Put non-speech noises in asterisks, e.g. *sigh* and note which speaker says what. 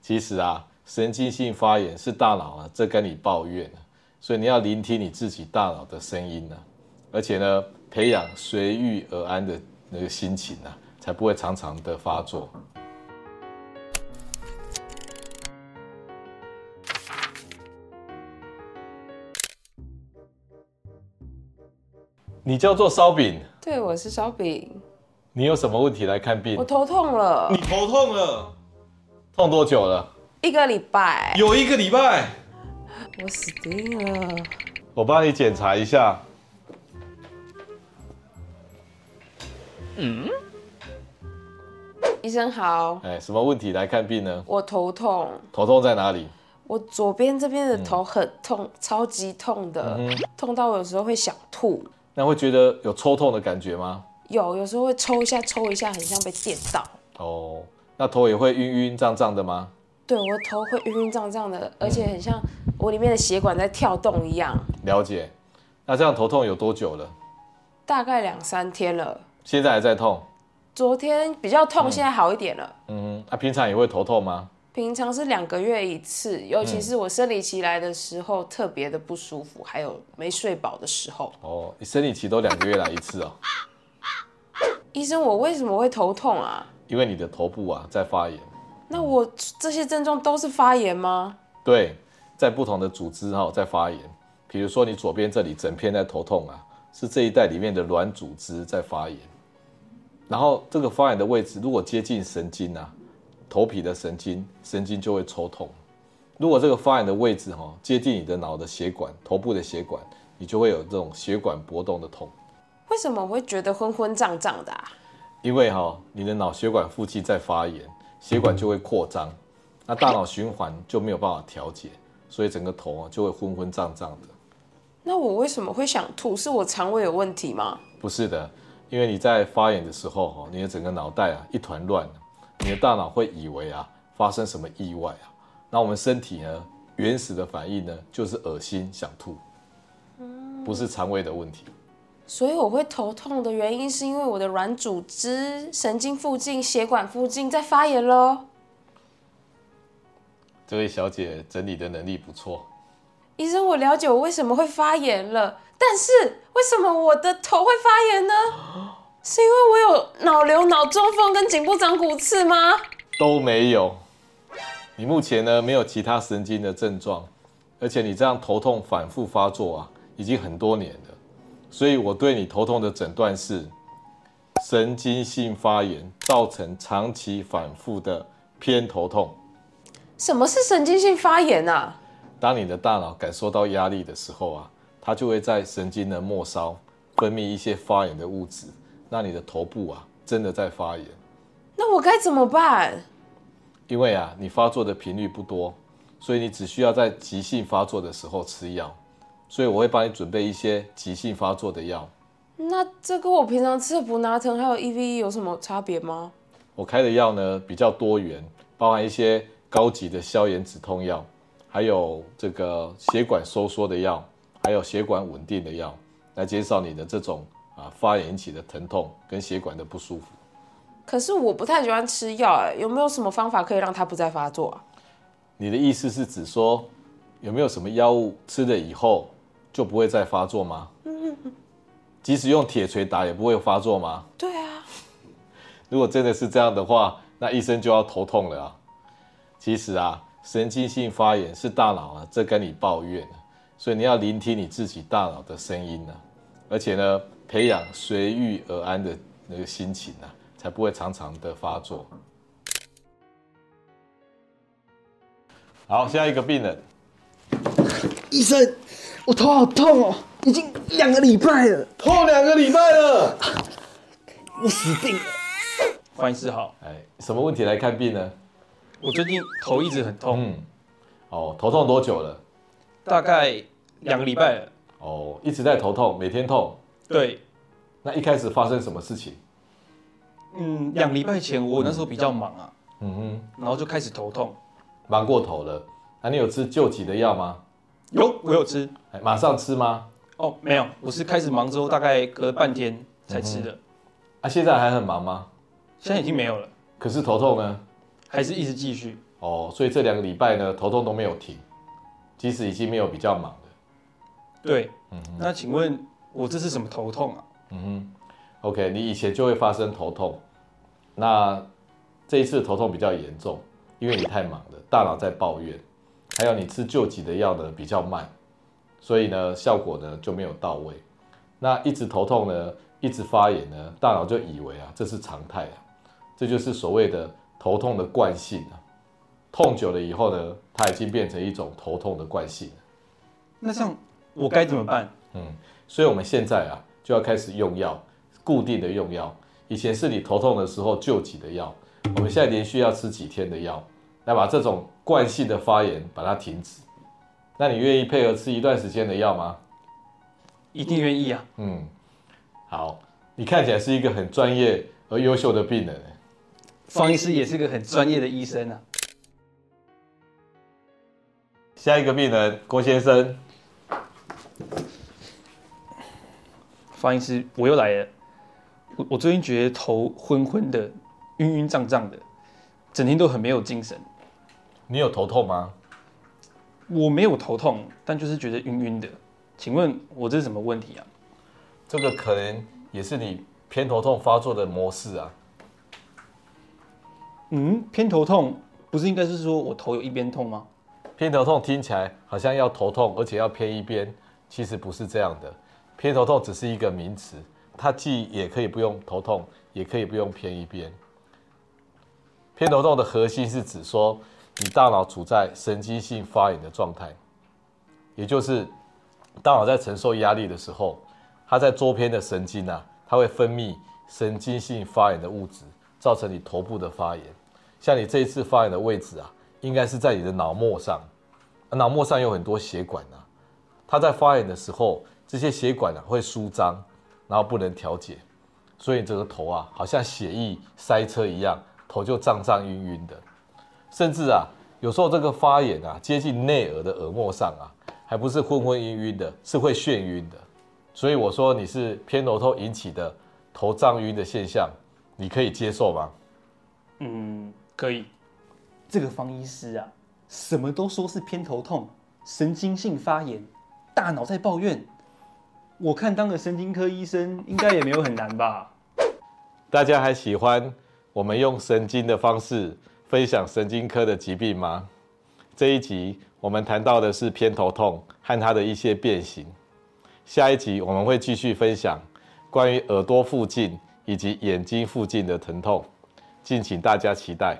Speaker 1: 其实啊，神经性发炎是大脑啊在跟你抱怨啊所以你要聆听你自己大脑的声音呢、而且呢，培养随遇而安的那个心情啊，才不会常常的发作。你叫做烧饼，
Speaker 2: 对，我是烧饼，
Speaker 1: 你有什么问题来看病
Speaker 2: 我？头痛了
Speaker 1: 你头痛了，痛多久了？
Speaker 2: 一个礼拜，
Speaker 1: 有一个礼拜。
Speaker 2: 我死定了。
Speaker 1: 我帮你检查一下。
Speaker 2: 医生好，
Speaker 1: 哎，什么问题来看病呢？
Speaker 2: 我头痛，
Speaker 1: 头痛在哪里？
Speaker 2: 我左边这边的头很痛，超级痛的，痛到我有时候会想吐，
Speaker 1: 那会觉得有抽痛的感觉吗？
Speaker 2: 有有时候会抽一下抽一下，很像被电到。
Speaker 1: 哦，那头也会晕晕胀胀的吗？
Speaker 2: 对我头会晕晕胀胀的，而且很像我里面的血管在跳动一样，
Speaker 1: 了解。那这样头痛有多久了？
Speaker 2: 大概两三天了。
Speaker 1: 现在还在痛？
Speaker 2: 昨天比较痛，现在好一点了。
Speaker 1: 嗯，那、平常也会头痛吗？
Speaker 2: 平常是两个月一次，尤其是我生理期来的时候特别的不舒服，还有没睡饱的时候。
Speaker 1: 哦，你生理期都两个月来一次哦，
Speaker 2: 医生，我为什么会头痛啊？
Speaker 1: 因为你的头部啊在发炎。
Speaker 2: 那我这些症状都是发炎吗？
Speaker 1: 对，在不同的组织哈、在发炎，比如说你左边这里整片在头痛啊，是这一带里面的软组织在发炎，然后这个发炎的位置如果接近神经啊，头皮的神经，神经就会抽痛。如果这个发炎的位置哈、接近你的脑的血管、头部的血管，你就会有这种血管搏动的痛，
Speaker 2: 为什么我会觉得昏昏胀胀的、啊？
Speaker 1: 因为哈、你的脑血管附近在发炎，血管就会扩张，那大脑循环就没有办法调节，所以整个头啊就会昏昏胀胀的。
Speaker 2: 那我为什么会想吐？是我肠胃有问题吗？
Speaker 1: 不是的，因为你在发炎的时候，哦，你的整个脑袋啊一团乱，你的大脑会以为啊发生什么意外啊，那我们身体呢原始的反应呢就是恶心想吐，不是肠胃的问题。
Speaker 2: 所以我会头痛的原因是因为我的软组织、神经附近、血管附近在发炎喽。
Speaker 1: 这位小姐整理的能力不错，
Speaker 2: 医生，我了解我为什么会发炎了，但是为什么我的头会发炎呢？ *gasps* 是因为我有脑瘤、脑中风跟颈部长骨刺吗？
Speaker 1: 都没有。你目前呢没有其他神经的症状，而且你这样头痛反复发作啊，已经很多年了，所以我对你头痛的诊断是神经性发炎造成长期反复的偏头痛。
Speaker 2: 什么是神经性发炎啊？
Speaker 1: 当你的大脑感受到压力的时候啊，它就会在神经的末梢分泌一些发炎的物质，让你的头部啊真的在发炎。
Speaker 2: 那我该怎么办？
Speaker 1: 因为啊，你发作的频率不多，所以你只需要在急性发作的时候吃药。所以我会帮你准备一些急性发作的药。
Speaker 2: 那这跟我平常吃的普拿疼还有 EVE 有什么差别吗？
Speaker 1: 我开的药呢比较多元，包含一些高级的消炎止痛药，还有这个血管收缩的药，还有血管稳定的药，来减少你的这种啊发炎引起的疼痛跟血管的不舒服。
Speaker 2: 可是我不太喜欢吃药、哎，有没有什么方法可以让它不再发作啊？
Speaker 1: 你的意思是指说，有没有什么药物吃了以后就不会再发作吗？即使用铁锤打也不会发作吗？
Speaker 2: 对啊，
Speaker 1: 如果真的是这样的话，那医生就要头痛了啊。其实啊，神经性发炎是大脑啊在跟你抱怨，所以你要聆听你自己大脑的声音呢、而且呢，培养随遇而安的那个心情啊，才不会常常的发作。好，下一个病人，
Speaker 3: 医生，我头好痛哦，已经两个礼拜了，
Speaker 1: 痛两个礼拜了。
Speaker 3: 我死定了。
Speaker 4: 翻译师好，
Speaker 1: 哎，什么问题来看病呢？
Speaker 4: 我最近头一直很痛，
Speaker 1: 嗯，哦，头痛多久了？
Speaker 4: 大概两个礼拜了。
Speaker 1: 哦，一直在头痛，每天痛。
Speaker 4: 对，
Speaker 1: 那一开始发生什么事情？
Speaker 4: 嗯，两个礼拜前我那时候比较忙啊，
Speaker 1: 嗯哼，
Speaker 4: 然后就开始头痛。
Speaker 1: 忙过头了。那、你有吃救急的药吗？
Speaker 4: 有，我有吃。
Speaker 1: 哎马上吃吗？
Speaker 4: 哦，没有，我是开始忙之后大概隔半天才吃
Speaker 1: 嗯
Speaker 4: 的，
Speaker 1: 啊，现在还很忙吗？
Speaker 4: 现在已经没有了，
Speaker 1: 可是头痛呢？
Speaker 4: 还是一直继续。
Speaker 1: 哦，所以这两个礼拜呢，头痛都没有停，即使已经没有比较忙了。
Speaker 4: 对，
Speaker 1: 嗯
Speaker 4: 那请问我这是什么头痛啊？
Speaker 1: OK，你以前就会发生头痛，那这一次头痛比较严重，因为你太忙了，大脑在抱怨，还有你吃救急的药呢比较慢，所以呢效果呢就没有到位。那一直头痛呢，一直发炎呢，大脑就以为啊这是常态啊，这就是所谓的头痛的惯性啊。痛久了以后呢，它已经变成一种头痛的惯性了。
Speaker 4: 那这样我该怎么办？
Speaker 1: 所以我们现在啊就要开始用药，固定的用药。以前是你头痛的时候救急的药，我们现在连续要吃几天的药，来把这种惯性的发炎把它停止。那你愿意配合吃一段时间的药吗？
Speaker 4: 一定愿意啊！
Speaker 1: 嗯，好，你看起来是一个很专业而优秀的病人。
Speaker 4: 方医师也是个很专业的医生啊。
Speaker 1: 下一个病人郭先生，
Speaker 4: 方医师，我又来了。我我最近觉得头昏昏的，晕晕胀胀的，整天都很没有精神。
Speaker 1: 你有头痛吗？
Speaker 4: 我没有头痛，但就是觉得晕晕的。请问我这是什么问题啊？
Speaker 1: 这个可能也是你偏头痛发作的模式啊。
Speaker 4: 嗯，偏头痛不是应该是说我头有一边痛吗？
Speaker 1: 偏头痛听起来好像要头痛，而且要偏一边，其实不是这样的。偏头痛只是一个名词，它既也可以不用头痛，也可以不用偏一边。偏头痛的核心是指说你大脑处在神经性发炎的状态，也就是大脑在承受压力的时候，它在周边的神经啊，它会分泌神经性发炎的物质，造成你头部的发炎。像你这一次发炎的位置啊，应该是在你的脑膜上，啊脑膜上有很多血管啊，它在发炎的时候，这些血管啊会舒张，然后不能调节，所以你这个头啊，好像血液塞车一样，头就胀胀晕晕的，甚至啊，有时候这个发炎啊，接近内耳的耳膜上啊，还不是昏昏晕晕的，是会眩晕的。所以我说你是偏头痛引起的头胀晕的现象，你可以接受吗？
Speaker 4: 嗯，可以。这个方医师啊，什么都说是偏头痛、神经性发炎、大脑在抱怨。我看当个神经科医生应该也没有很难吧？
Speaker 1: 大家还喜欢我们用神经的方式分享神经科的疾病吗？这一集我们谈到的是偏头痛和它的一些变形。下一集我们会继续分享关于耳朵附近以及眼睛附近的疼痛，敬请大家期待。